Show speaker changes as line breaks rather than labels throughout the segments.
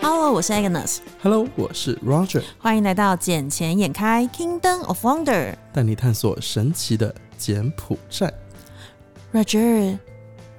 Hello，我是 Agnes，
Hello，我是 Roger，
欢迎来到《眼前眼开 Kingdom of Wonder》。
带你探索神奇的柬埔寨。
Roger，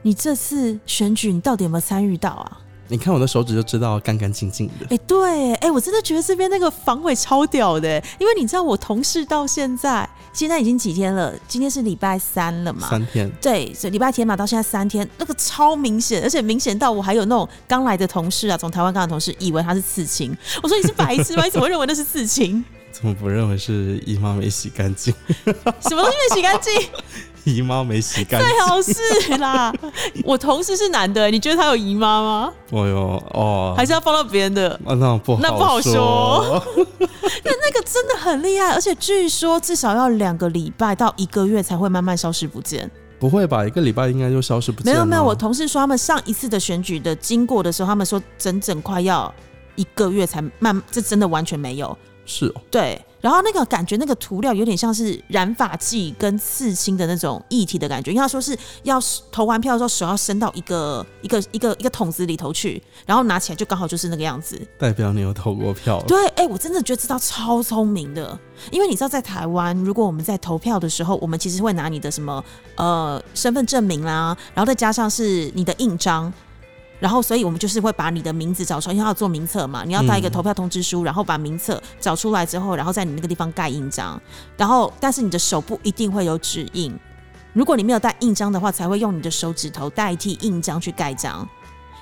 你这次选举你到底有没有参与到啊？
你看我的手指就知道干干净净的。
哎、对，哎、我真的觉得这边那个防伪超屌的，因为你知道我同事到现在，现在已经几天了？今天是礼拜三了嘛？
三天，
对，所以礼拜天嘛，到现在三天，那个超明显，而且明显到我还有那种刚来的同事啊，从台湾刚来的同事，以为他是刺青。我说你是白痴吗？你怎么会认为那是刺青？
怎么不认为是姨妈没洗干净？
什么东西没洗干净？
姨妈没洗干
最
净。
好是啦。我同事是男的，你觉得他有姨妈吗？
哦哟，哦，
还是要放到别人的？
啊，那不好，
那不好
说。
那那个真的很厉害，而且据说至少要两个礼拜到一个月才会慢慢消失不见。
不会吧？一个礼拜应该就消失不
没
见
有
了。
没有，我同事说他们上一次的选举的经过的时候，他们说整整快要一个月才慢，这真的完全没有。
是哦，
对，然后那个感觉，那个涂料有点像是染发剂跟刺青的那种液体的感觉。因为他说是要投完票的时候，手要伸到一个一个一个一个桶子里头去，然后拿起来就刚好就是那个样子。
代表你有投过票了。
对，哎、我真的觉得这招超聪明的，因为你知道，在台湾，如果我们在投票的时候，我们其实会拿你的什么呃身份证明啦，然后再加上是你的印章。然后，所以我们就是会把你的名字找出来，因为要做名册嘛，你要带一个投票通知书，然后把名册找出来之后，然后在你那个地方盖印章。然后，但是你的手不一定会有指印，如果你没有带印章的话，才会用你的手指头代替印章去盖章。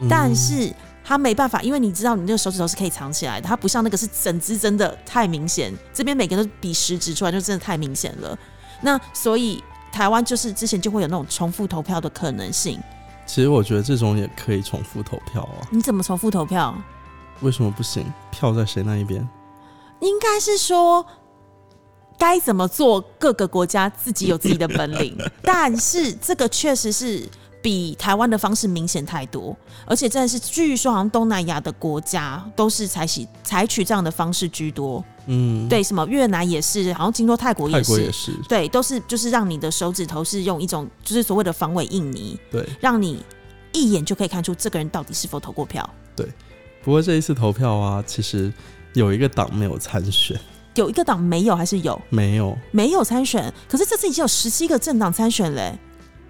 嗯
但是它没办法，因为你知道你那个手指头是可以藏起来的，它不像那个是整只，真的太明显。这边每个人都比食指出来，就真的太明显了。那所以台湾就是之前就会有那种重复投票的可能性。
其实我觉得这种也可以重复投票啊，
你怎么重复投票？
为什么不行？票在谁那一边？
应该是说该怎么做，各个国家自己有自己的本领，但是这个确实是。比台湾的方式明显太多，而且真的是据说好像东南亚的国家都是采取采取这样的方式居多。
嗯，，
对，什么越南也是，好像听说泰国
泰
也是，
国也是，
对，都是就是让你的手指头是用一种就是所谓的防伪印泥，
对。
让你一眼就可以看出这个人到底是否投过票。
不过这一次投票啊，其实有一个党没有参选，
有一个党没有还是有
没有
没有参选，可是这次已经有十七个政党参选嘞、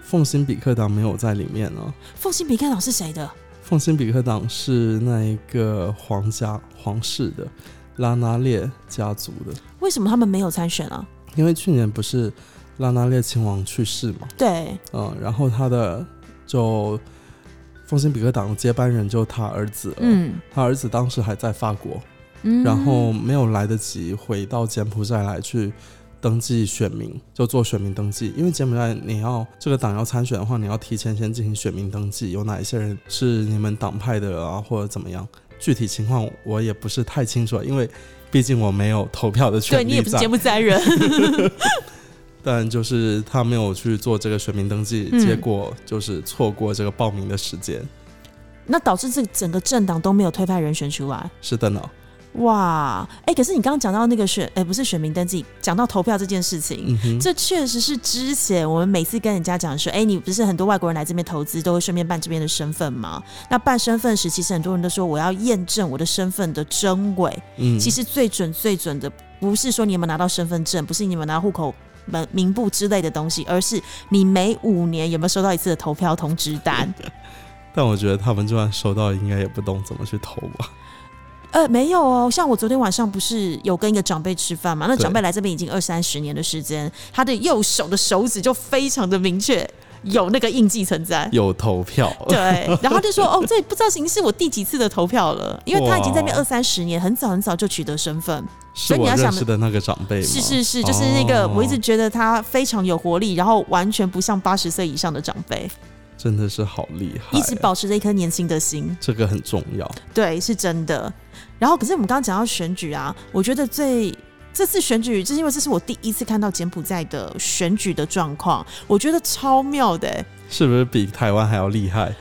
奉新比克党没有在里面呢、
奉新比克党是谁的？
奉新比克党是那一个皇家皇室的拉纳列家族的，
为什么他们没有参选啊？
因为去年不是拉纳列亲王去世嘛，
对，
嗯，然后他的就奉新比克党的接班人就他儿子了，，啊
嗯
他儿子当时还在法国，
嗯
然后没有来得及回到柬埔寨来去登记选民，就做选民登记。因为柬埔寨你要这个党要参选的话，你要提前先进行选民登记，有哪一些人是你们党派的啊，或者怎么样？具体情况我也不是太清楚，因为毕竟我没有投票的
对
权
你也
利
不是
在
柬。埔寨人，
但就是他没有去做这个选民登记，
嗯
结果就是错过这个报名的时间。
那导致这整个政党都没有推派人选出来。
是的呢，
哇，哎、可是你刚刚讲到那个选，哎、不是选民登记，讲到投票这件事情，
嗯哼，
这确实是之前我们每次跟人家讲说，哎，你不是很多外国人来这边投资都会顺便办这边的身份吗？那办身份时，其实很多人都说我要验证我的身份的真伪。
嗯，
其实最准最准的不是说你有没有拿到身份证，不是你有没有拿到户口本名簿之类的东西，而是你每五年有没有收到一次的投票通知单。
但我觉得他们就算收到，应该也不懂怎么去投吧。
呃，没有哦，像我昨天晚上不是有跟一个长辈吃饭嘛？那
对
长辈来这边已经二三十年的时间，他的右手的手指就非常的明确有那个印记存在。
有投票，
对，然后他就说：“哦，这不知道已经是我第几次的投票了，因为他已经在那边
哇
二三十年，很早很早就取得身份。
是我认识的那个长辈吗？
是是是，就是那个、
哦
我一直觉得他非常有活力，然后完全不像八十岁以上的长辈，
真的是好厉害，
一直保持着一颗年轻的心。
这个很重要。
对，是真的。然后，可是我们刚刚讲到选举啊，我觉得最这次选举，就是因为这是我第一次看到柬埔寨的选举的状况，我觉得超妙的欸、
是不是比台湾还要厉害？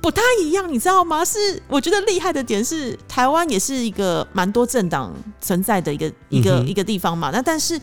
不太一样，你知道吗？是我觉得厉害的点是，台湾也是一个蛮多政党存在的一个一个、
嗯哼
一个地方嘛。那但是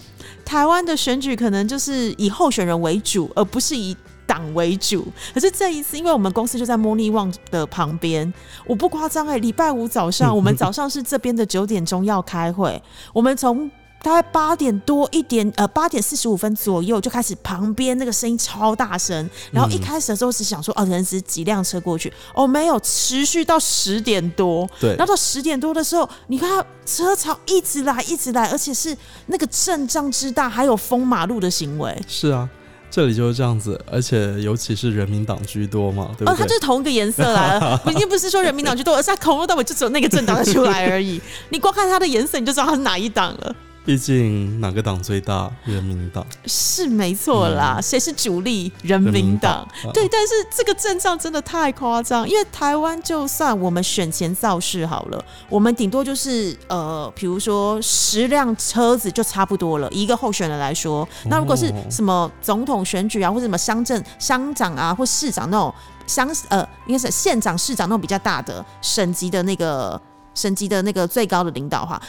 台湾的选举可能就是以候选人为主，而不是以党为主。可是这一次，因为我们公司就在莫尼旺的旁边，我不夸张哎，礼拜五早
嗯
上，我们早上是这边的九点钟要开会，我们从。大概八点多一点，呃，八点四十五分左右就开始，旁边那个声音超大声。然后一开始的时候只想说，哦，人只几辆车过去，哦，没有，持续到十点多。
对
然后到十点多的时候，你看到车潮一直来，一直来，而且是那个阵仗之大，还有封马路的行为。
是啊，这里就是这样子，而且尤其是人民党居多嘛，对
哦，
不
它就
对？
是同一个颜色啦，已经不是说人民党居多，而是它从头到尾就只有那个政党出来而 已。你光看它的颜色，你就知道它是哪一党了。
毕竟哪个党最大？人民党。
是没错啦，嗯谁、是主力？人民党。哦
人民党
对，但是这个阵仗真的太夸张，因为台湾就算我们选前造势好了，我们顶多就是呃，比如说十辆车子就差不多了，以一个候选人来说，那如果是什么总统选举啊，或者什么乡镇乡长啊，或市长那种乡呃，应该是县长、市长那种比较大的省级的那个呃省级的那个最高的领导哈，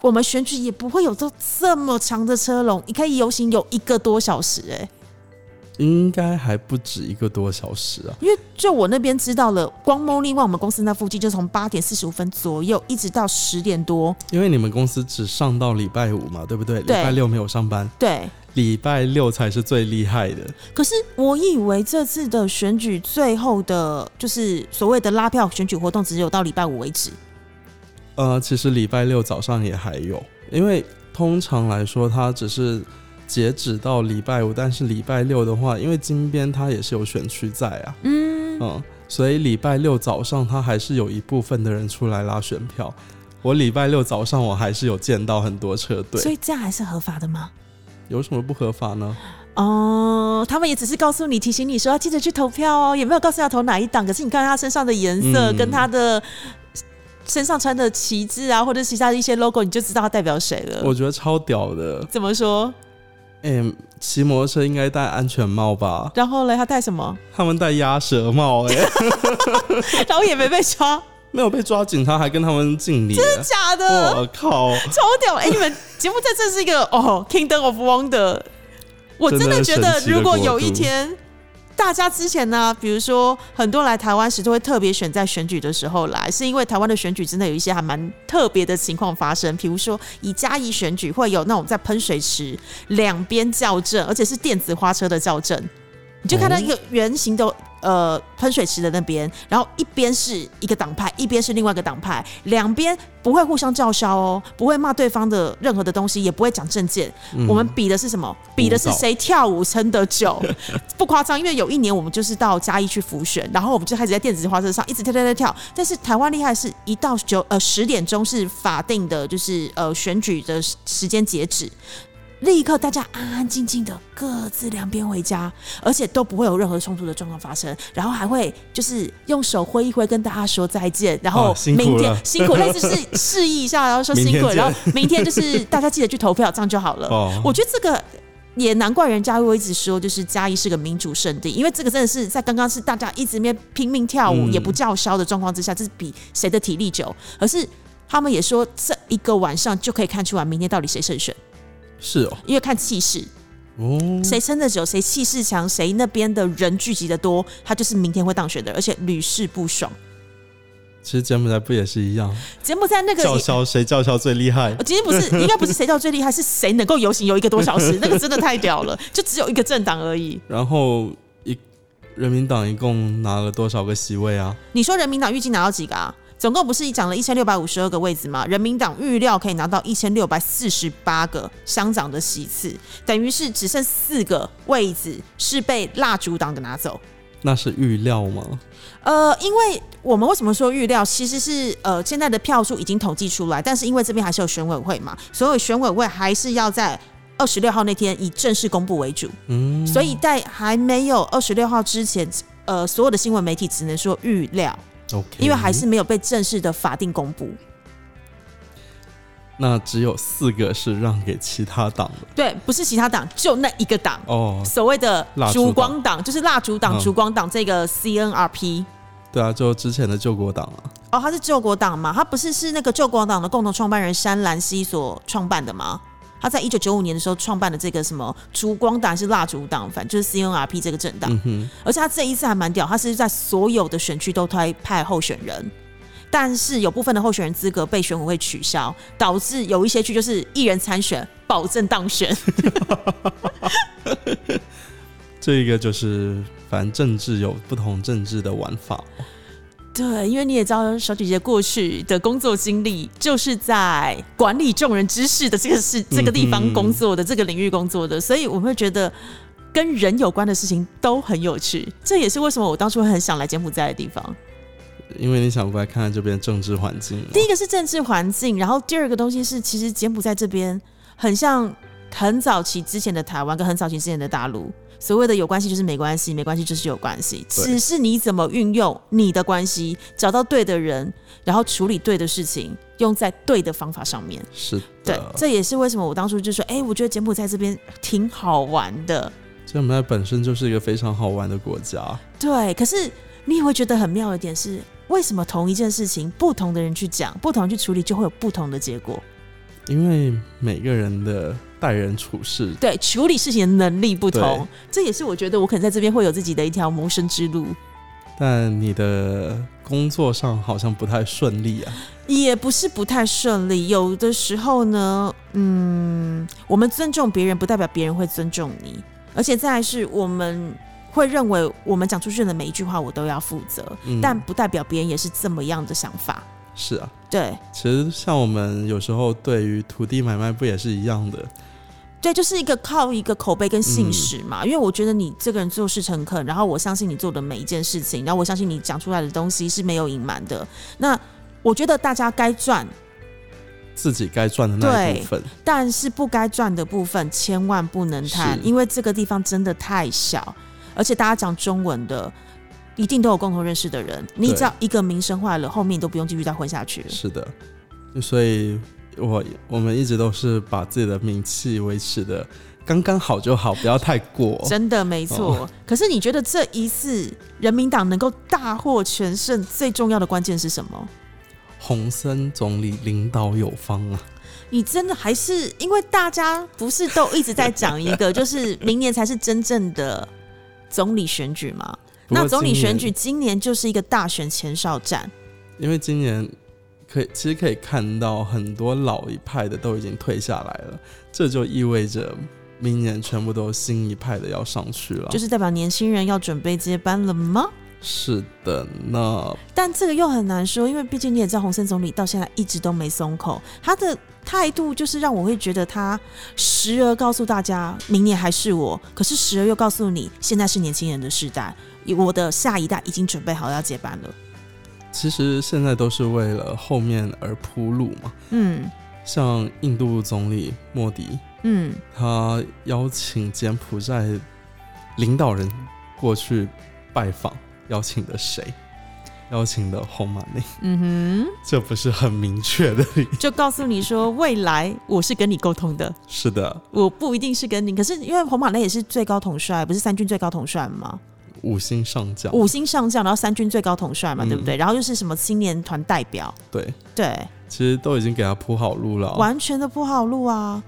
我们选举也不会有到这么长的车龙，你可以游行有一个多小时哎、
应该还不止一个多小时啊。
因为就我那边知道了，光猫另外我们公司那附近就从八点四十五分左右一直到十点多，
因为你们公司只上到礼拜五嘛，对不对？礼
对
拜六没有上班，
对。
礼拜六才是最厉害的。
可是我以为这次的选举最后的，就是所谓的拉票选举活动，只有到礼拜五为止。
呃，其实礼拜六早上也还有，因为通常来说它只是截止到礼拜五，但是礼拜六的话，因为金边它也是有选区在啊，
嗯，
嗯，所以礼拜六早上它还是有一部分的人出来拉选票。我礼拜六早上我还是有见到很多车
所
队，
以这样还是合法的吗？
有什么不合法呢？
哦，他们也只是告诉你、提醒你说要记得去投票哦，也没有告诉你要投哪一党。可是你看他身上的颜色、
嗯
跟他的身上穿的旗帜啊，或者其他的一些 logo，你就知道他代表谁了。
我觉得超屌的，
怎么说？
哎、骑摩托车应该戴安全帽吧？
然后嘞，他戴什么？
他们戴鸭舌帽、哎，
然后也没被抓，
没有被抓，警察还跟他们敬礼、哎
假的，
我靠！
超屌！哎、你们节目这真是一个哦，Kingdom of Wonder。我真的觉
真的
得
神，奇的
如果有一
国度
天，大家之前呢，比如说很多来台湾时都会特别选在选举的时候来，是因为台湾的选举真的有一些还蛮特别的情况发生，比如说以嘉义选举会有那种在喷水池两边校正，而且是电子花车的校正，你就看到一个圆形的。呃，喷水池的那边，然后一边是一个党派，一边是另外一个党派，两边不会互相叫嚣哦，不会骂对方的任何的东西，也不会讲政见，我们比的是什么？比的是谁跳舞撑得久，不夸张。因为有一年我们就是到嘉义去浮选，然后我们就开始在电子花车上一直跳跳跳跳。但是台湾厉害的是，一到九呃十点钟是法定的，就是呃选举的时时间截止。立刻，大家安安静静的各自两边回家，而且都不会有任何冲突的状况发生。然后还会就是用手挥一挥，跟大家说再见。然后
啊辛苦
明天、
了
辛苦， 类似是示意一下，然后说
明天
辛苦了，
见
然后明天就是大家记得去投票，这样就好了。
哦，
我觉得这个也难怪人家会一直说，就是嘉义是个民主圣地，因为这个真的是在刚刚是大家一直面拼命跳舞、
嗯
也不叫嚣的状况之下，这是比谁的体力久。可是他们也说，这一个晚上就可以看出来明天到底谁胜选，
是哦，
因为看气势，
哦，
谁撑得久，谁气势强，谁那边的人聚集的多，他就是明天会当选的，而且屡试不爽。
其实柬埔寨不也是一样，
柬埔寨那个
叫嚣谁叫嚣最厉害
我？今天不是，应该不是谁叫最厉害，是谁能够游行游一个多小时，那个真的太屌了，就只有一个政党而已。
然后一人民党一共拿了多少个席位啊？
你说人民党预计拿到几个啊？总共不是讲了一千六百五十二个位置吗？人民党预料可以拿到一千六百四十八个乡长的席次，等于是只剩四个位置是被蜡烛党给拿走。
那是预料吗？
呃，因为我们为什么说预料，其实是呃现在的票数已经统计出来，但是因为这边还是有选委会嘛，所以选委会还是要在二十六号那天以正式公布为主。
嗯，
所以在还没有二十六号之前，呃，所有的新闻媒体只能说预料，
OK，
因为还是没有被正式的法定公布。
那只有四个是让给其他党的
对，不是其他党，就那一个党，
哦。
所谓的
蜡烛党
烛光党，哦就是蜡烛党、
嗯
烛光党这个 CNRP。
对啊，就之前的救国党啊，
哦，他是救国党嘛？他不是是那个救国党的共同创办人山兰溪所创办的吗？他在一九九五年的时候创办了这个什么烛光党还是蜡烛党，反正就是 CNRP 这个政党。
嗯哼，
而且他这一次还蛮屌，他是在所有的选区都推派候选人，但是有部分的候选人资格被选委会取消，导致有一些区就是一人参选，保证当选。
这个就是反正政治有不同政治的玩法。
对，因为你也知道，小姐姐过去的工作经历就是在管理众人之事的这个事、这个地方工作的、这个领域工作的，所以我会觉得跟人有关的事情都很有趣。这也是为什么我当初会很想来柬埔寨的地方。
因为你想过来看看这边政治环境啊嘛，
第一个是政治环境，然后第二个东西是，其实柬埔寨这边很像很早期之前的台湾跟很早期之前的大陆，所谓的有关系就是没关系，没关系就是有关系，
对
只是你怎么运用你的关系，找到对的人，然后处理对的事情，用在对的方法上面。
是
对
的，。
这也是为什么我当初就说，哎、我觉得柬埔寨这边挺好玩的。
柬埔寨本身就是一个非常好玩的国家，
对，可是你也会觉得很妙的点是，为什么同一件事情，不同的人去讲，不同人去处理，就会有不同的结果？
因为每个人的待人处事，
对处理事情的能力不同，这也是我觉得我可能在这边会有自己的一条谋生之路，
但你的工作上好像不太顺利啊。
也不是不太顺利。有的时候呢，嗯，我们尊重别人不代表别人会尊重你，而且再来是我们会认为我们讲出去的每一句话我都要负责，
嗯，
但不代表别人也是这么样的想法。
是啊，
对
其实像我们有时候对于土地买卖不也是一样的？
对，就是一个靠一个口碑跟
嗯
信实嘛。因为我觉得你这个人做事诚恳，然后我相信你做的每一件事情，然后我相信你讲出来的东西是没有隐瞒的。那我觉得大家该赚，
自己该赚的那一
对
部分，
但是不该赚的部分千万不能贪，
是
因为这个地方真的太小，而且大家讲中文的。一定都有共同认识的人，你
对
只要一个名声坏了，后面你都不用继续再混下去了。
是的。所以我我们一直都是把自己的名气维持的刚刚好就好，不要太过。
真的没错。
哦
可是你觉得这一次人民党能够大获全胜，最重要的关键是什么？
洪森总理领导有方啊，
你真的还是因为大家不是都一直在讲一 个，就是明年才是真正的总理选举吗？
不过
那总理
今
选
年
举今年就是一个大选前哨战，
因为今年可以其实可以看到很多老一派的都已经退下来了，这就意味着明年全部都新一派的要上去了。
就是代表年轻人要准备接班了吗？
是的，那
但这个又很难说，因为毕竟你也知道，洪森总理到现在一直都没松口，他的态度就是让我会觉得他时而告诉大家明年还是我，可是时而又告诉你现在是年轻人的时代，我的下一代已经准备好要接班了。
其实现在都是为了后面而铺路嘛。
嗯
像印度总理莫迪，
嗯，
他邀请柬埔寨领导人过去拜访，邀请的谁？邀请的红马内，
嗯
这不是很明确的 理？
哼，就告诉你说，未来我是跟你沟通的，
是的，
我不一定是跟你。可是因为红马雷也是最高统帅，不是三军最高统帅吗？
五星上将，
五星上将，然后三军最高统帅嘛，
嗯
对不对？然后又是什么青年团代表，
对，
对，
其实都已经给他铺好路了。啊
完全的不好路啊。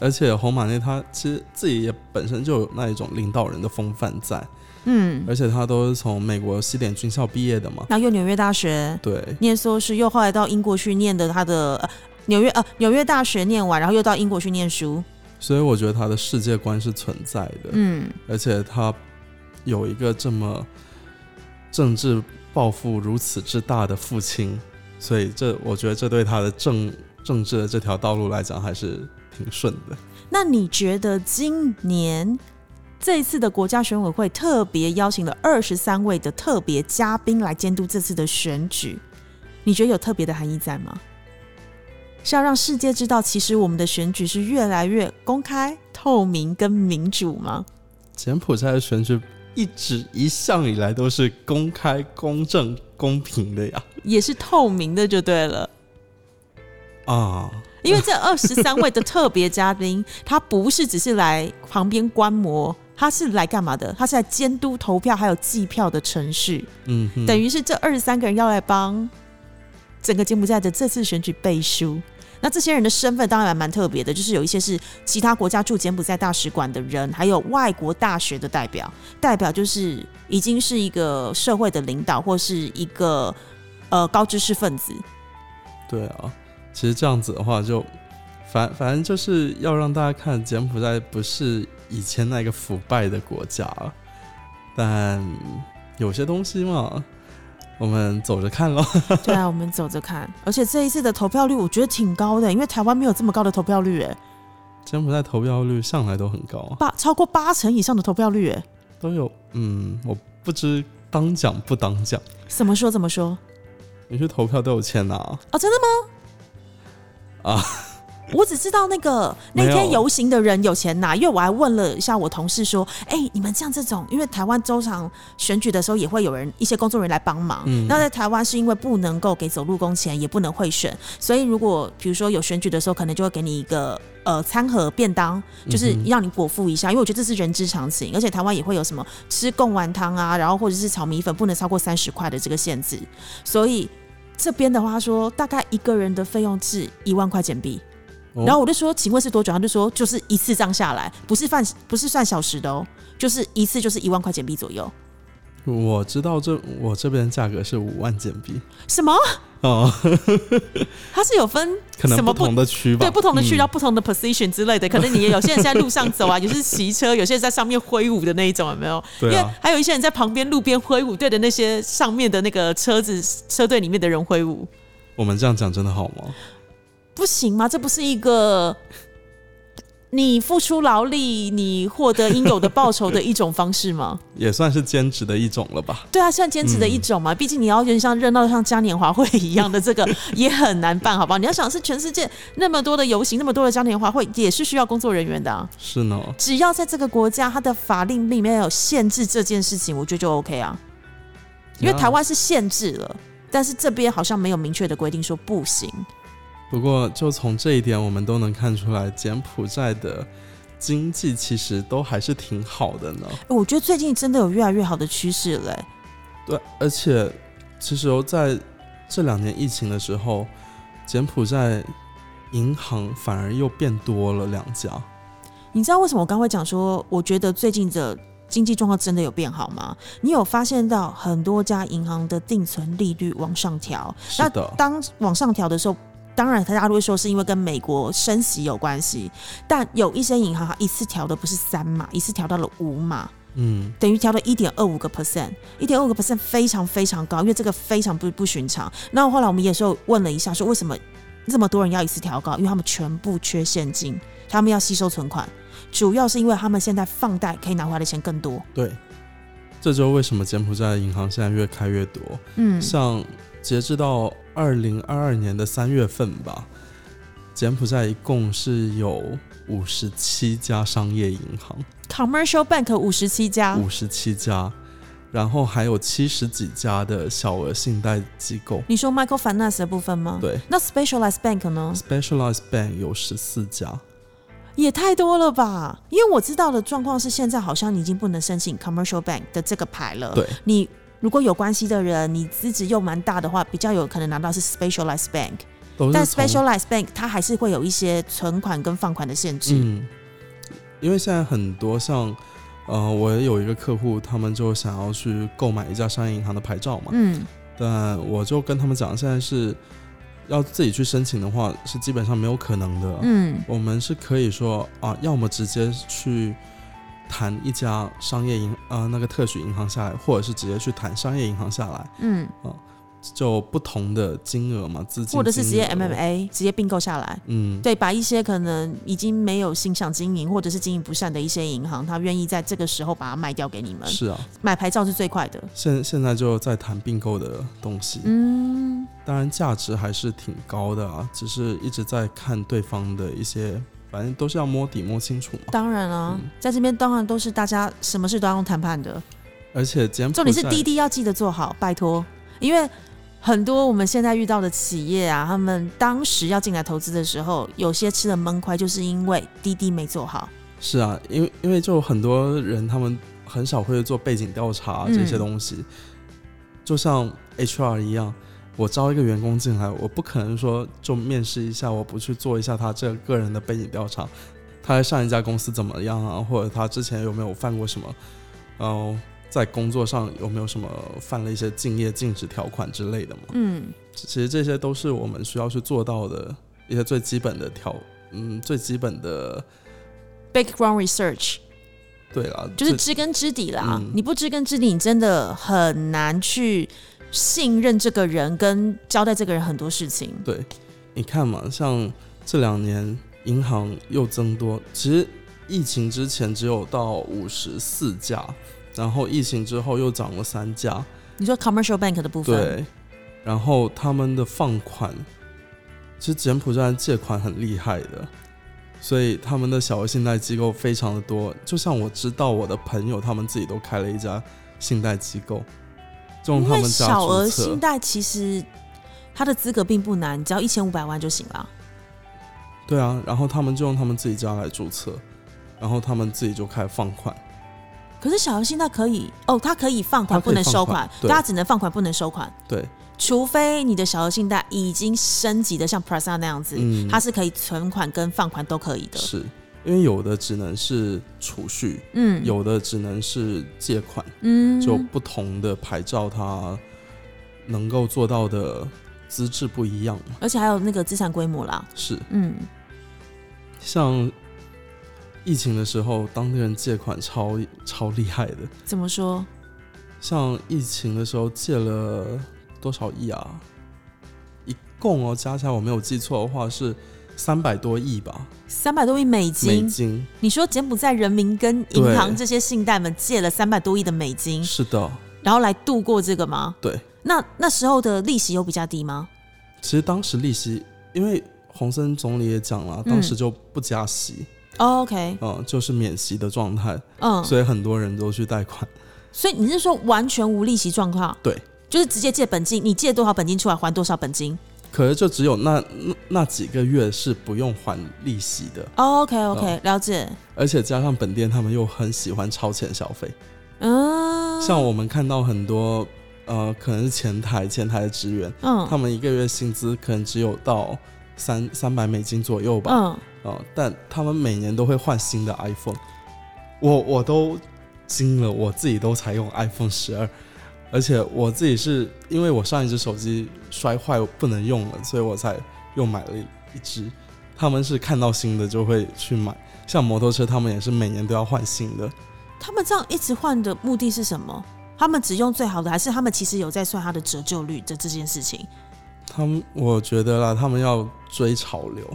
而且红马内他其实自己也本身就有那一种领导人的风范在，
嗯，
而且他都是从美国西点军校毕业的嘛。
然后又纽约大学
对，
念硕士，又后来到英国去念的他的呃纽约呃纽约大学念完，然后又到英国去念书。
所以我觉得他的世界观是存在的，
嗯，
而且他有一个这么政治抱负如此之大的父亲，所以这我觉得这对他的政政治的这条道路来讲还是挺顺的。
那你觉得今年这一次的国家选委会特别邀请了二十三位的特别嘉宾来监督这次的选举，你觉得有特别的含义在吗？是要让世界知道，其实我们的选举是越来越公开、透明跟民主吗？
柬埔寨的选举一直一向以来都是公开、公正、公平的呀。
也是透明的就对了。
啊，
因为这二十三位的特别嘉 宾，他不是只是来旁边观摩，他是来干嘛的？他是来监督投票还有计票的程序，
嗯哼，
等于是这二十三个人要来帮整个柬埔寨的这次选举背书。那这些人的身份当然蛮特别的，就是有一些是其他国家驻柬埔寨大使馆的人，还有外国大学的代表。代表就是已经是一个社会的领导，或是一个呃高知识分子。
对啊，其实这样子的话就，反反正就是要让大家看柬埔寨不是以前那个腐败的国家，但有些东西嘛，我们走着看咯。
对啊，我们走着看。而且这一次的投票率，我觉得挺高的，因为台湾没有这么高的投票率，哎，
柬埔寨投票率向来都很高啊，
八超过八成以上的投票率，哎，
都有嗯，我不知当讲不当讲，
怎么说怎么说？
你去投票都有钱拿、啊。
哦，真的吗？
啊，
我只知道那个那
没
天
有
游行的人有钱拿，因为我还问了一下我同事说，哎、你们像这种，因为台湾州长选举的时候也会有人一些工作人员来帮忙。
嗯
那在台湾是因为不能够给走路工钱，也不能贿选，所以如果比如说有选举的时候，可能就会给你一个呃餐盒便当，就是
嗯哼
让你果腹一下，因为我觉得这是人之常情，而且台湾也会有什么吃贡丸汤啊，然后或者是炒米粉不能超过三十块的这个限制，所以。这边的话他说，大概一个人的费用是一万块钱币，
哦
然后我就说，请问是多久？他就说，就是一次账下来，不是算不是算小时的哦，就是一次就是一万块钱币左右。
我知道这我这边价格是五万柬币
什么？
哦，
它是有分
可能
什么
不
不
同的区吧，
对不同的区，
嗯
然后不同的 position 之类的，可能你也有些人在路上走啊，有些是骑车，有些人在上面挥舞的那一种，有没有？
对
因
啊
为还有一些人在旁边路边挥舞，对着那些上面的那个车子车队里面的人挥舞，
我们这样讲真的好吗？
不行吗？这不是一个你付出劳力，你获得应有的报酬的一种方式吗？
也算是兼职的一种了吧。
对啊，算兼职的一种嘛，毕竟你要人像热闹得像嘉年华会一样的这个也很难办，好不好？你要想是全世界那么多的游行，那么多的嘉年华会，也是需要工作人员的、啊。
是呢，
只要在这个国家它的法令里面有限制这件事情，我觉得就 OK 啊。因为
呀
台湾是限制了，但是这边好像没有明确的规定说不行。
不过，就从这一点，我们都能看出来，柬埔寨的经济其实都还是挺好的呢。
诶我觉得最近真的有越来越好的趋势了、诶
对，而且其实哦在这两年疫情的时候，柬埔寨银行反而又变多了两家。
你知道为什么我刚会讲说，我觉得最近的经济状况真的有变好吗？你有发现到很多家银行的定存利率往上调？
是
那
的，
当往上调的时候，当然大家都会说是因为跟美国升息有关系，但有一些银行它一次调的不是三码，一次调到了五码。
嗯，
等于调了一点二五个 percent，一点二五个 percent 非常非常高，因为这个非常不不寻常。那后来我们也是有问了一下，说为什么这么多人要一次调高？因为他们全部缺现金，他们要吸收存款，主要是因为他们现在放贷可以拿回来的钱更多。
对，这就是为什么柬埔寨的银行现在越开越多。
嗯，
像截至到二零二二年的三月份吧，柬埔寨一共是有五十七家商业银行，
Commercial Bank 五十七家，
五十七家，然后还有七十几家的小额信贷机构，
你说 Michael Finance 的部分吗？。
对
那 Specialized Bank 呢？
，Specialized Bank 有十四家，
也太多了吧？因为我知道的状况是，现在好像你已经不能申请 Commercial Bank 的这个牌了。
对，
你如果有关系的人，你资质又蛮大的话，比较有可能拿到是 specialized bank，
都
但
是从
specialized bank 它还是会有一些存款跟放款的限制。
嗯，因为现在很多像。呃，我有一个客户，他们就想要去购买一家商业银行的牌照嘛，
嗯，
但我就跟他们讲，现在是要自己去申请的话，是基本上没有可能的。
嗯
我们是可以说啊，要么直接去谈一家商业银呃那个特许银行下来，或者是直接去谈商业银行下来，
嗯，
就不同的金额嘛，资金
或者是直接
金额
MMA 直接并购下来。
嗯，
对，把一些可能已经没有心想经营或者是经营不善的一些银行，他愿意在这个时候把它卖掉给你们。
是啊，
买牌照是最快的。
现现在就在谈并购的东西，
嗯，
当然价值还是挺高的啊，只是一直在看对方的一些，反正都是要摸底摸清楚嘛。
当然啊，
嗯
在这边当然都是大家什么事都要用谈判的。
而且柬埔
重
寨
点是滴滴要记得做好，拜托，因为很多我们现在遇到的企业啊，他们当时要进来投资的时候，有些吃了闷亏，就是因为滴滴没做好。
是啊，因为因为就很多人他们很少会做背景调查
嗯
这些东西，就像 HR 一样，我招一个员工进来，我不可能说就面试一下，我不去做一下他这个人的背景调查，他在上一家公司怎么样啊，或者他之前有没有犯过什么，然后在工作上有没有什么犯了一些敬业禁止条款之类的嘛？
嗯，
其实这些都是我们需要去做到的一些最基本的条，嗯，最基本的，
background research
对啦，
就是
最
知根知底啦。
嗯
你不知根知底，你真的很难去信任这个人，跟交代这个人很多事情。
对，你看嘛，像这两年银行又增多，其实疫情之前只有到五十四家，然后疫情之后又涨了三家，
你说 commercial bank 的部分，
对，然后他们的放款，其实柬埔寨借款很厉害的，所以他们的小额信贷机构非常的多。就像我知道我的朋友他们自己都开了一家信贷机构，就用
因
他
为
们家
小额
注
信
册，
贷其实它的资格并不难，只要一千五百万就行了。
对啊，然后他们就用他们自己家来注册，然后他们自己就开放款。
可是小额信贷可以哦，它可以放款，
它
不
可以
能收
放款
款，
对
它只能放款，不能收款。
对，
除非你的小额信贷已经升级的像 Prasa 那样子，
嗯，
它是可以存款跟放款都可以的。
是因为有的只能是储蓄，
嗯，
有的只能是借款。
嗯
就不同的牌照，它能够做到的资质不一样嘛。
而且还有那个资产规模啦。
是
嗯，
像疫情的时候，当地人借款超超厉害的。
怎么说？
像疫情的时候借了多少亿啊？一共哦，加起来我没有记错的话是三百多亿吧，
三百多亿美
美
金，
金。
你说柬埔寨人民跟银行
对
这些信贷们借了三百多亿的美金，
是的，
然后来度过这个吗？
对。
那那时候的利息有比较低吗？
其实当时利息，因为洪森总理也讲了，
嗯
当时就不加息，
哦 OK，
嗯，就是免息的状态。
嗯，
所以很多人都去贷款。
所以你是说完全无利息状况？
对，
就是直接借本金，你借多少本金出来还多少本金。
可是就只有那那那几个月是不用还利息的，
哦 OK OK，、了
嗯
解。
而且加上本店他们又很喜欢超前消费，
嗯，
像我们看到很多呃，可能是前台前台的职员，
嗯
他们一个月薪资可能只有到三三百美金左右吧，
嗯，
哦，但他们每年都会换新的 iPhone，我我都惊了，我自己都才用 iPhone 十二。而且我自己是因为我上一只手机摔坏，我不能用了，所以我才又买了一只。他们是看到新的就会去买，像摩托车，他们也是每年都要换新的。
他们这样一直换的目的是什么？他们只用最好的，还是他们其实有在算它的折旧率的这件事情？
他们，我觉得啦，他们要追潮流，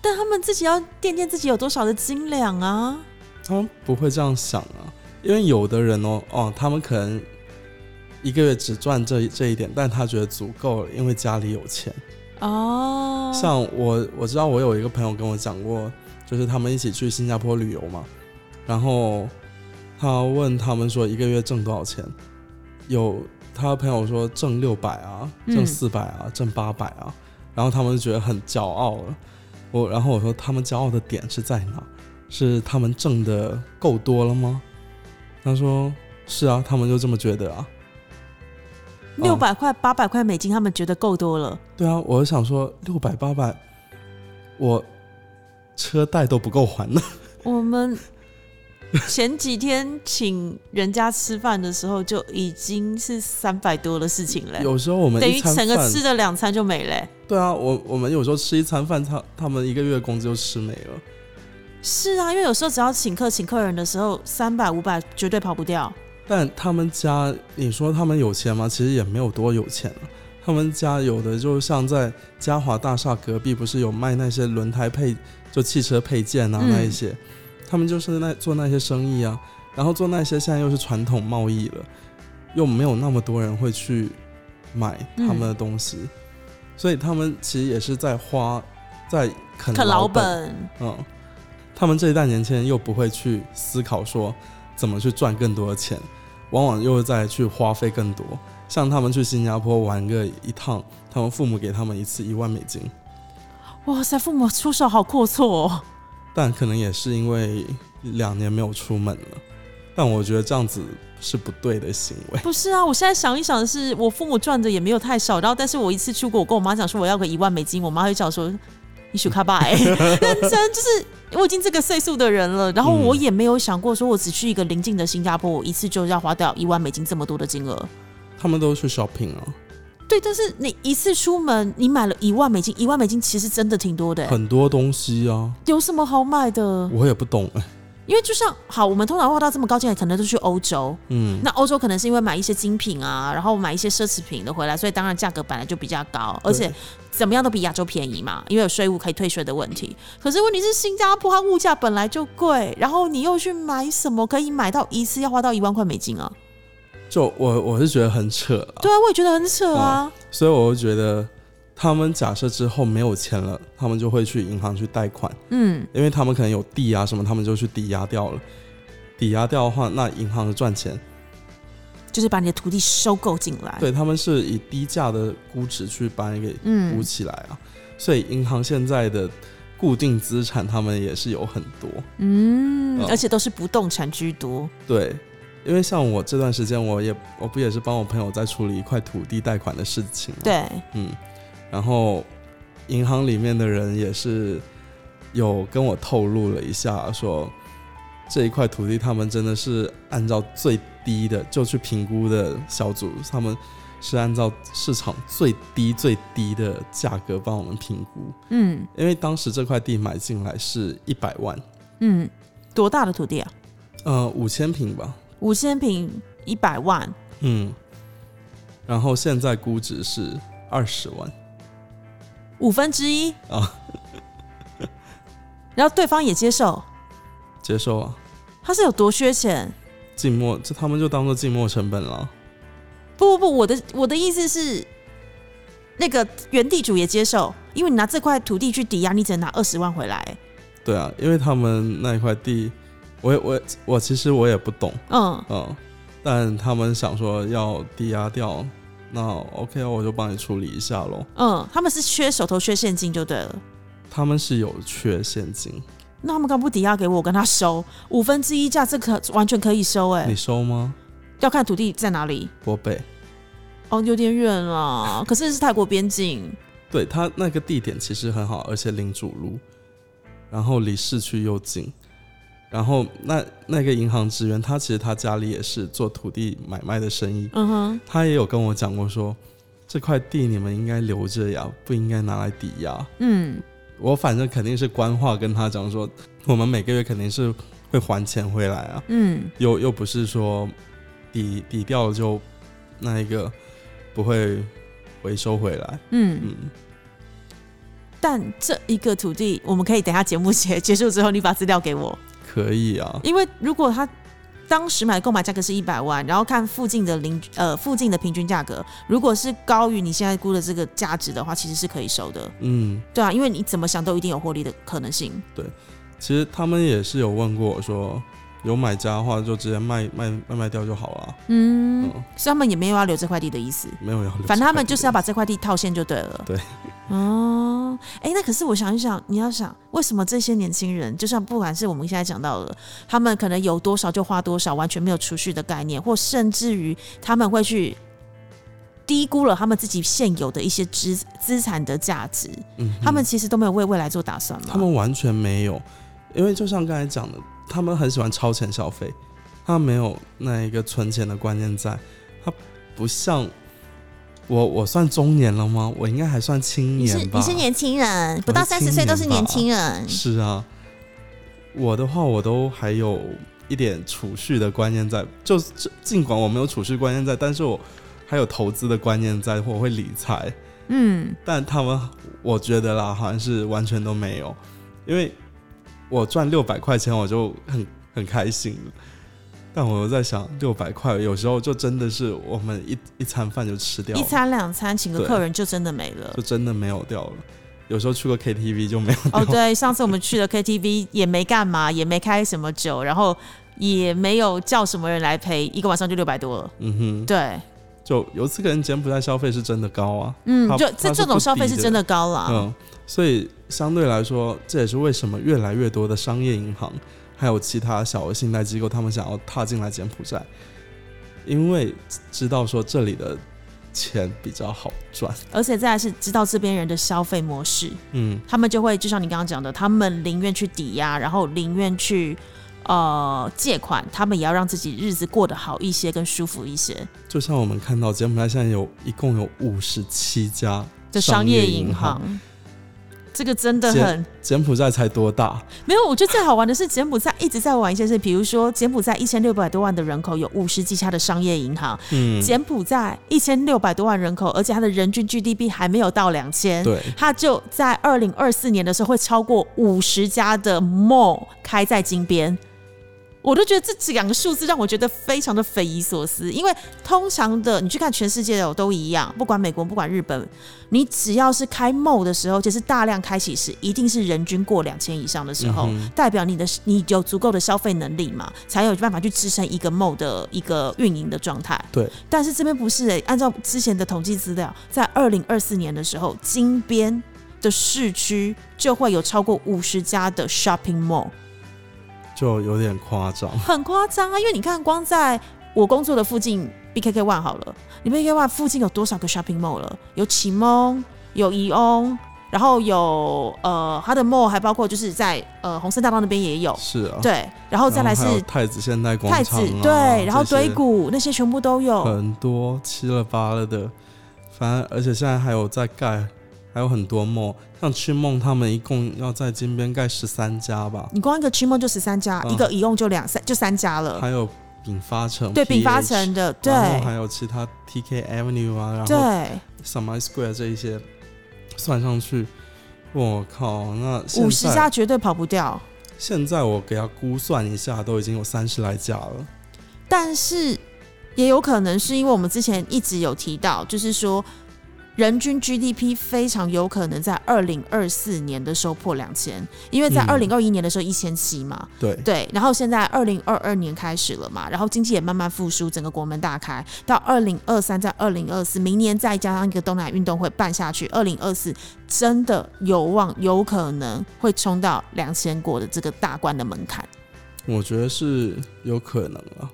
但他们自己要掂掂自己有多少的斤两啊。
他们不会这样想啊。因为有的人哦，哦，他们可能一个月只赚这这一点，但他觉得足够了，因为家里有钱。
哦，
像我我知道我有一个朋友跟我讲过，就是他们一起去新加坡旅游嘛，然后他问他们说一个月挣多少钱，有他朋友说挣六百啊，
嗯
挣四百啊，挣八百啊，然后他们就觉得很骄傲了。我然后我说他们骄傲的点是在哪？是他们挣的够多了吗？他说是啊，他们就这么觉得啊。嗯
六百块、八百块美金，他们觉得够多了。
对啊，我想说六百八百，我车贷都不够还呢。
我们前几天请人家吃饭的时候，就已经是三百多的事情嘞，
有时候我们
等
一
于
餐
整个
饭，
吃的两餐就没嘞。
对啊，我我们有时候吃一餐饭，他他们一个月工资就吃没了。
是啊，因为有时候只要请客请客人的时候，三百、五百绝对跑不掉。
但他们家，你说他们有钱吗？其实也没有多有钱啊。他们家有的就像在嘉华大厦隔壁，不是有卖那些轮胎配，就汽车配件啊、
嗯
那一些，他们就是那做那些生意啊，然后做那些现在又是传统贸易了，又没有那么多人会去买
嗯
他们的东西，所以他们其实也是在花，在啃
可
老
老
本，
本，
嗯，他们这一代年轻人又不会去思考说怎么去赚更多的钱，往往又再去花费更多。像他们去新加坡玩个一趟，他们父母给他们一次一万美金，
哇塞，父母出手好阔绰哦。
但可能也是因为两年没有出门了，但我觉得这样子是不对的行为。
不是啊，我现在想一想的是，我父母赚的也没有太少，然后但是我一次出国，我跟我妈讲说我要个一万美金，我妈会讲说你许卡吧、欸， 认真就是我已经这个岁数的人了，然后我也没有想过说我只去一个邻近的新加坡，我一次就要花掉一万美金这么多的金额。
他们都去 shopping 啊，
对，但是你一次出门，你买了一万美金，一万美金其实真的挺多的欸、
很多东西啊，
有什么好买的？
我也不懂哎、
因为就像好，我们通常花到这么高价，可能都去欧洲，
嗯，
那欧洲可能是因为买一些精品啊，然后买一些奢侈品的回来，所以当然价格本来就比较高，而且
对
怎么样都比亚洲便宜嘛，因为有税务可以退税的问题。可是问题是新加坡它物价本来就贵，然后你又去买什么可以买到一次要花到一万块美金啊？
就我我是觉得很扯了。
对啊，我也觉得很扯啊。
所以我就觉得，他们假设之后没有钱了，他们就会去银行去贷款，
嗯，
因为他们可能有抵押什么，他们就去抵押掉了。抵押掉的话，那银行就赚钱。
就是把你的土地收购进来。，
对，他们是以低价的估值去把你给估
嗯，
起来啊。所以银行现在的固定资产，他们也是有很多。
嗯
哦，
而且都是不动产居多。
对，因为像我这段时间，我也我不也是帮我朋友在处理一块土地贷款的事情吗？
对，
嗯，然后银行里面的人也是有跟我透露了一下说，这一块土地他们真的是按照最低的就去评估的小组，他们是按照市场最低最低的价格帮我们评估，
嗯
因为当时这块地买进来是一百万，
嗯，多大的土地啊？
呃，五千平吧，
五千平，一百万。
嗯，然后现在估值是二十万
五分之一
啊，
然后对方也接受，
接受啊。
他是有多缺钱？
静默，这他们就当做静默成本了。
不不不，我的我的意思是，那个原地主也接受，因为你拿这块土地去抵押，你只能拿二十万回来。
对啊，因为他们那一块地，我也我也我其实我也不懂，
嗯，
嗯，但他们想说要抵押掉，那 OK，啊我就帮你处理一下喽。
嗯，他们是缺手头缺现金就对了。
他们是有缺现金，
那他们刚不抵押给我，我跟他收五分之一价，这可完全可以收哎、
你收吗？
要看土地在哪里
博北，
哦，有点远啦，可是是泰国边境。
对他那个地点其实很好，而且领主路，然后离市区又近。然后那那个银行职员，他其实他家里也是做土地买卖的生意，
嗯哼，
他也有跟我讲过说，这块地你们应该留着呀，不应该拿来抵押。
嗯
我反正肯定是官话跟他讲说，我们每个月肯定是会还钱回来啊，
嗯
又又不是说抵抵掉了就那一个不会回收回来。
嗯
嗯，
但这一个土地，我们可以等一下节目结结束之后，你把资料给我，
可以啊，
因为如果他当时买的购买价格是一百万，然后看附近的邻呃附近的平均价格，如果是高于你现在估的这个价值的话，其实是可以收的，
嗯，
对啊，因为你怎么想都一定有获利的可能性。
其实他们也是有问过我说，有买家的话就直接卖卖卖卖掉就好了。
嗯，
嗯，
所以他们也没有要留这块地的意思，
没有要留这块地，
反正他们就是要把这块地套现就对了。
对，
哦，哎、那可是我想一想，你要想为什么这些年轻人，就像不管是我们现在讲到的，他们可能有多少就花多少，完全没有储蓄的概念，或甚至于他们会去低估了他们自己现有的一些资资产的价值，
嗯哼
他们其实都没有为未来做打算嘛。
他们完全没有，因为就像刚才讲的，他们很喜欢超前消费，他没有那一个存钱的观念在，他不像我，我算中年了吗？我应该还算青
你是
年吧？
你是年轻人，不
我
到
是青
三十岁都是
年吧
年轻人，
是啊，我的话我都还有一点储蓄的观念在，就就尽管我没有储蓄观念在，但是我还有投资的观念在，我会理财，
嗯
但他们我觉得啦，好像是完全都没有，因为我赚六百块钱我就很很开心了，但我又在想，六百块有时候就真的是我们一一餐饭就吃掉
一
了，
餐两餐请个
哦对
客人就真的没了
就。真的没有掉了。有时候去过 KTV 就没有掉
哦，对，上次我们去了 KTV 也没干嘛，也没开什么酒，然后也没有叫什么人来陪，一个晚上就六百多了。
嗯哼，
对，
就有次可能柬埔寨消费是真的高啊，
嗯
他，
就
他
这
是
这种
不
消费
低
是
的嗯
真的高啦。
嗯，所以相对来说，这也是为什么越来越多的商业银行。还有其他小额信贷机构，他们想要踏进来柬埔寨，因为知道说这里的钱比较好赚。
而且再来是知道这边人的消费模式，
嗯，
他们就会就像你刚刚讲的，他们宁愿去抵押，然后宁愿去呃借款，他们也要让自己日子过得好一些，跟舒服一些。
就像我们看到柬埔寨现在有一共有五十七家
这商
商
业银
银
行，，这个真的
借
很
柬埔寨才多大？
没有。我觉得最好玩的是柬埔寨一直在玩一件事，比如说柬埔寨一千六百多万的人口，有五十几家的商业银行。
嗯，
柬埔寨一千六百多万人口，而且它的人均 GDP 还没有到两千，
对，
它就在二零二四年的时候会超过五十家的 mall 开在金边。我都觉得这两个数字让我觉得非常的匪夷所思，因为通常的你去看全世界的都一样，不管美国不管日本，你只要是开 mall 的时候，就是大量开启时，一定是人均过两千以上的时候，
嗯哼
代表你的你有足够的消费能力嘛，才有办法去支撑一个 mall 的一个运营的状态。
对，
但是这边不是、欸，按照之前的统计资料，在二零二四年的时候，金边的市区就会有超过五十家的 shopping mall，
就有点夸张。
很夸张啊！因为你看，光在我工作的附近 BKK One 好了，你 BKK One 附近有多少个 shopping mall 了？有启蒙，有怡翁。然后有呃，它的 mall 还包括就是在呃红山大道那边也有，
是啊，
对，然后
然后
哦再来是
还有太子现代广
太子
场、啊，
对，然后
这些
堆谷那些全部都有，
很多七了八了的，反正而且现在还有在盖，还有很多梦，像去梦他们一共要在金边盖十三家吧，
你光一个 c h i m o 就十三家，
嗯
一个一用就两三就三家了。
还有丙发城，
对，
PH
丙发，城的，对
然后还有其他 TK Avenue 啊，然后
对，
Summer Square 这一些算上去，我靠，那现
五十
在
家绝对跑不掉。
现在我给他估算一下，都已经有三十来家了，
但是也有可能是因为我们之前一直有提到，就是说人均 GDP 非常有可能在二零二四年的时候破两千，因为在
嗯
二零二一年的时候一千七嘛，
对，
对，然后现在二零二二年开始了嘛，然后经济也慢慢复苏，整个国门大开。到二零二三，在二零二四，明年再加上一个东南亚运动会办下去，二零二四真的有望有可能会冲到两千国的这个大关的门槛。
我觉得是有可能啊。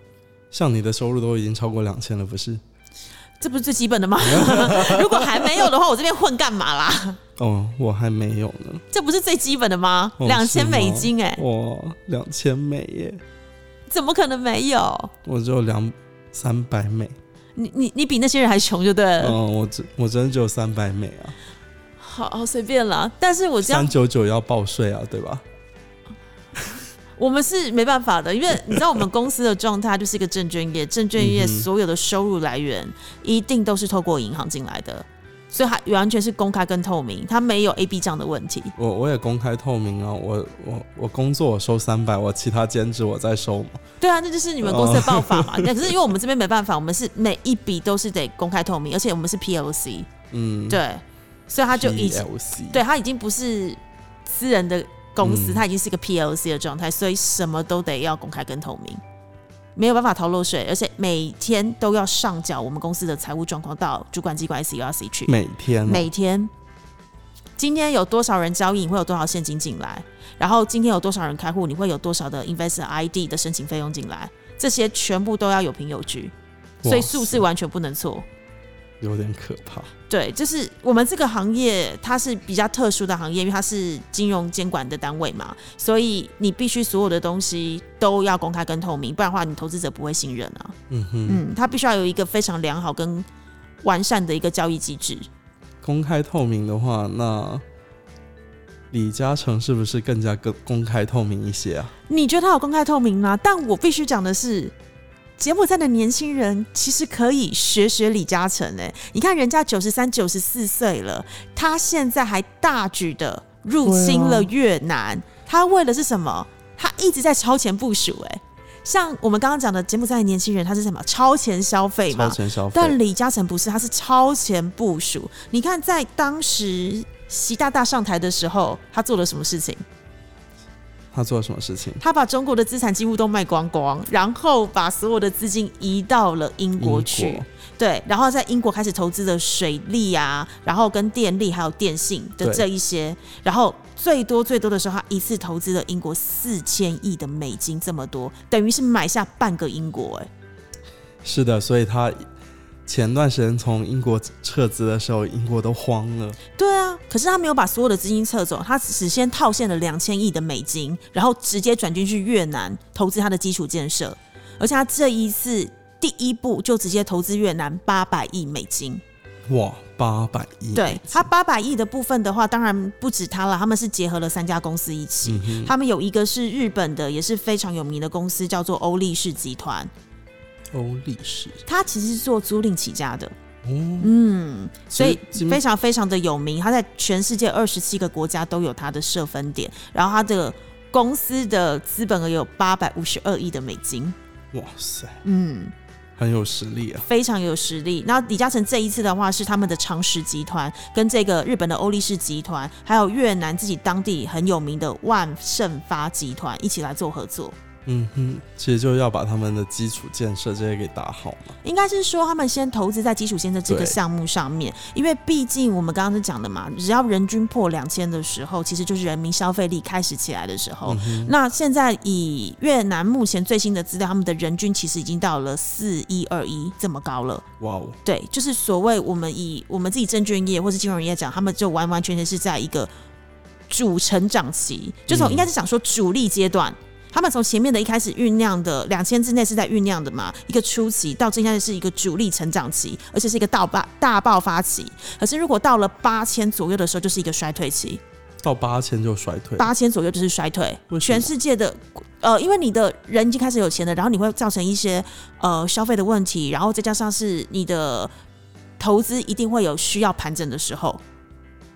像你的收入都已经超过两千了，不是？
这不是最基本的吗？ 如果还没有的话，我这边混干嘛啦？
哦，我还没有呢。
这不是最基本的吗？
哦
两
是
千
吗
美金、哎，
哇，哦两千美耶，
怎么可能没有？
我只有两三百美。
你你你比那些人还穷，就对了，
嗯，我只我真的只有三百美啊，
好好随便啦。但是我这样
三九九要报税啊，对吧？
我们是没办法的，因为你知道我们公司的状态就是一个证券业，证券业
嗯哼
所有的收入来源一定都是透过银行进来的，所以它完全是公开跟透明，它没有 A B 这样的问题。
我我也公开透明啊，我我我工作我收三百，我其他兼职我再收嘛。
对啊，那就是你们公司 的报法嘛。那、可是因为我们这边没办法，我们是每一笔都是得公开透明，而且我们是 PLC，
嗯，，
对，所以它就已经
LC，
对它已经不是私人的公司，
嗯
它已经是一个 PLC 的状态，所以什么都得要公开跟透明，没有办法逃漏税，而且每天都要上缴我们公司的财务状况到主管机关 CRC 去，
每天啊
每天。今天有多少人交易，你会有多少现金进来？然后今天有多少人开户，你会有多少的 Investor ID 的申请费用进来？这些全部都要有凭有据，所以
哇
数字
塞
完全不能错。
有点可怕。
对，就是我们这个行业，它是比较特殊的行业，因为它是金融监管的单位嘛，所以你必须所有的东西都要公开跟透明，不然的话，你投资者不会信任啊。
嗯哼，
嗯，它必须要有一个非常良好跟完善的一个交易机制。
公开透明的话，那李嘉诚是不是更加更公开透明一些啊？
你觉得它有公开透明吗？但我必须讲的是。柬埔寨的年轻人其实可以学学李嘉诚哎、你看人家九十三、九十四岁了，他现在还大举的入侵了
啊
越南，他为了是什么？他一直在超前部署哎、像我们刚刚讲的柬埔寨的年轻人，他是什么超前消费
超
嘛？
前消费，
但李嘉诚不是，他是超前部署。你看，在当时习大大上台的时候，他做了什么事情？
他做了什么事情？
他把中国的资产几乎都卖光光，然后把所有的资金移到了英国去。
英国
对，然后在英国开始投资了水利啊，然后跟电力还有电信的
对
这一些，然后最多最多的时候，他一次投资了英国四千亿的美金，这么多，等于是买下半个英国、哎，
是的，所以他前段时间从英国撤资的时候，英国都慌了。
对啊，可是他没有把所有的资金撤走，他只先套现了两千亿的美金，然后直接转进去越南投资他的基础建设，而且他这一次第一步就直接投资越南八百亿美金。
哇，八百亿！
对他八百亿的部分的话，当然不止他了，他们是结合了三家公司一
嗯
起，他们有一个是日本的，也是非常有名的公司，叫做欧力士集团，
欧力士，
它其实是做租赁起家的。
哦，
嗯，所以
其实
非常非常的有名，它在全世界二十七个国家都有它的设分点，然后它的公司的资本额有八百五十二亿的美金，
哇塞，
嗯，
很有实力啊！
非常有实力。那李嘉诚这一次的话是他们的长实集团跟这个日本的欧力士集团，还有越南自己当地很有名的万盛发集团一起来做合作。
嗯哼，其实就要把他们的基础建设这些给打好嘛。
应该是说他们先投资在基础建设这个
对
项目上面，因为毕竟我们刚刚是讲的嘛，只要人均破两千的时候，其实就是人民消费力开始起来的时候。
嗯
那现在以越南目前最新的资料，他们的人均其实已经到了四一二一这么高了。
哇哦，
对，就是所谓我们以我们自己证券业或是金融业讲，他们就完完全全是在一个主成长期，就从
嗯
应该是讲说主力阶段。他们从前面的一开始酝酿的两千之内是在酝酿的嘛，一个初期到这应该是一个主力成长期，而且是一个大爆大爆发期。可是如果到了八千左右的时候，就是一个衰退期，
到八千就衰退，
八千左右就是衰退
为什。么
全世界的呃，因为你的人已经开始有钱了，然后你会造成一些呃消费的问题，然后再加上是你的投资一定会有需要盘整的时候，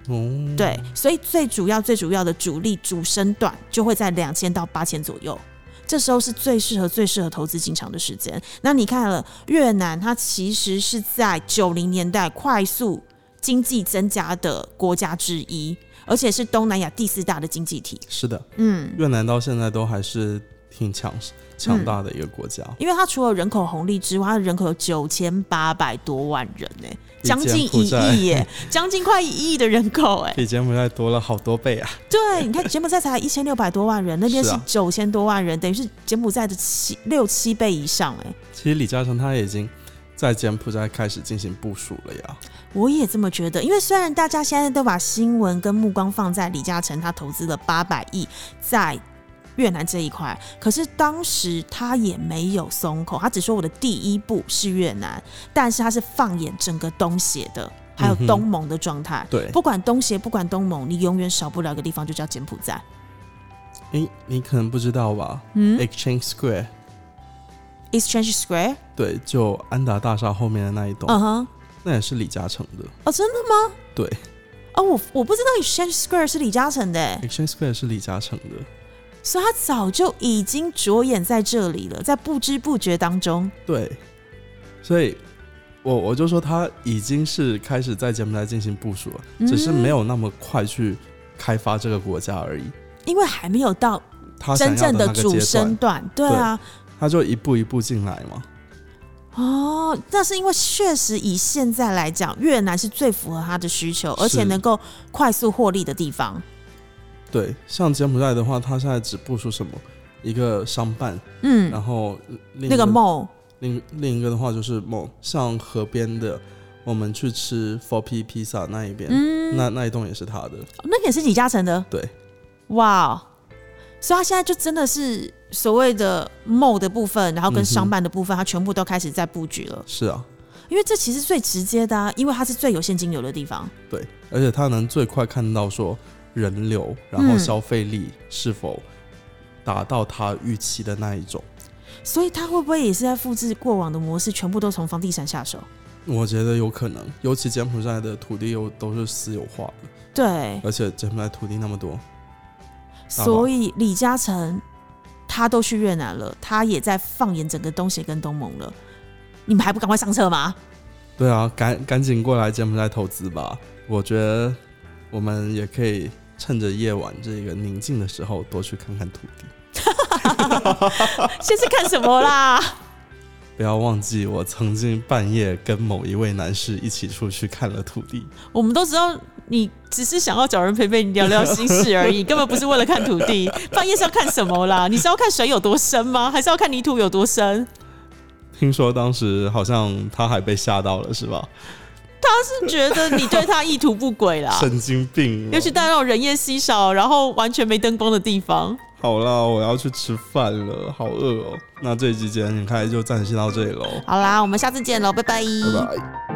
哦，
对，所以最主要最主要的主力主升段就会在两千到八千左右。这时候是最适合最适合投资进场的时间。那你看了越南，它其实是在九零年代快速经济增加的国家之一，而且是东南亚第四大的经济体。
是的，
嗯，
越南到现在都还是挺强强大的一个国家，
因为它除了人口红利之外，它的人口有九千八百多万人呢、
比
将近
柬埔
一
寨
亿耶，将近快一亿的人口 哎、
比柬埔寨多了好多倍啊！
对，你看柬埔寨才一千六百多万人，那边
是
是
啊
九千多万人，等于是柬埔寨的七六七倍以上哎、
其实李嘉诚他已经在柬埔寨开始进行部署了呀。
我也这么觉得，因为虽然大家现在都把新闻跟目光放在李嘉诚他投资了八百亿在越南这一块，可是当时他也没有松口，他只说我的第一步是越南，但是他是放眼整个东协的，还有
嗯哼
东盟的状态。
对，
不管东协，不管东盟，你永远少不了一个地方，就叫柬埔寨。
诶，你可能不知道吧、
嗯
e x c h a n g e Square，
，Exchange Square，
对，就安达大厦后面的那一栋，
嗯哼，
那也是李嘉诚的。
哦，真的吗？
对
哦，我我不知道 Exchange Square 是李嘉诚的欸，
，Exchange Square 是李嘉诚的。
所以他早就已经着眼在这里了，在不知不觉当中。
对，所以我我就说他已经是开始在柬埔寨进行部署了，只
嗯
是没有那么快去开发这个国家而已。
因为还没有到
他想
真
要
正
的那个
主
阶
升
段，
段，对啊，
他就一步一步进来嘛。
哦，那是因为确实以现在来讲，越南是最符合他的需求，而且
是
能够快速获利的地方。
对，像柬埔寨的话，他现在只部署什么一个商办，
嗯，
然后另一
那个梦，
另另一个的话就是某像河边的，我们去吃 Four P Pizza 那一边，
嗯，哦
那那一栋也是他的。
那也是李嘉诚的，
对，
哇哦，所以他现在就真的是所谓的梦的部分，然后跟
嗯哼
商办的部分，他全部都开始在布局了，
是啊，
因为这其实最直接的、啊，因为它是最有现金流的地方。
对，而且他能最快看到说人流，然后
嗯
消费力是否达到他预期的那一种。
所以他会不会也是在复制过往的模式，全部都从房地产下手？
我觉得有可能，尤其柬埔寨的土地又都是私有化的，
对，
而且柬埔寨土地那么多，呃大宝
所以李嘉诚他都去越南了，他也在放眼整个东协跟东盟了。你们还不赶快上车吗？
对啊，赶赶紧过来柬埔寨投资吧！我觉得我们也可以趁着夜晚这个宁静的时候，多去看看土地。
现在看什么啦？
不要忘记，我曾经半夜跟某一位男士一起出去看了土地。
我们都知道你只是想要找人陪陪你聊聊心事而已，根本不是为了看土 地。半夜是要看什么啦？你是要看水有多深吗？还是要看泥土有多深？
听说当时好像他还被吓到了，是吧？，
是觉得你对他意图不轨啦
神经病哦、
尤其在那种人烟稀少，然后完全没灯光的地方。
好啦，我要去吃饭了，好饿哦、那这一集节目很开就暂时先到这里喽，
好啦，我们下次见喽，拜拜
拜拜。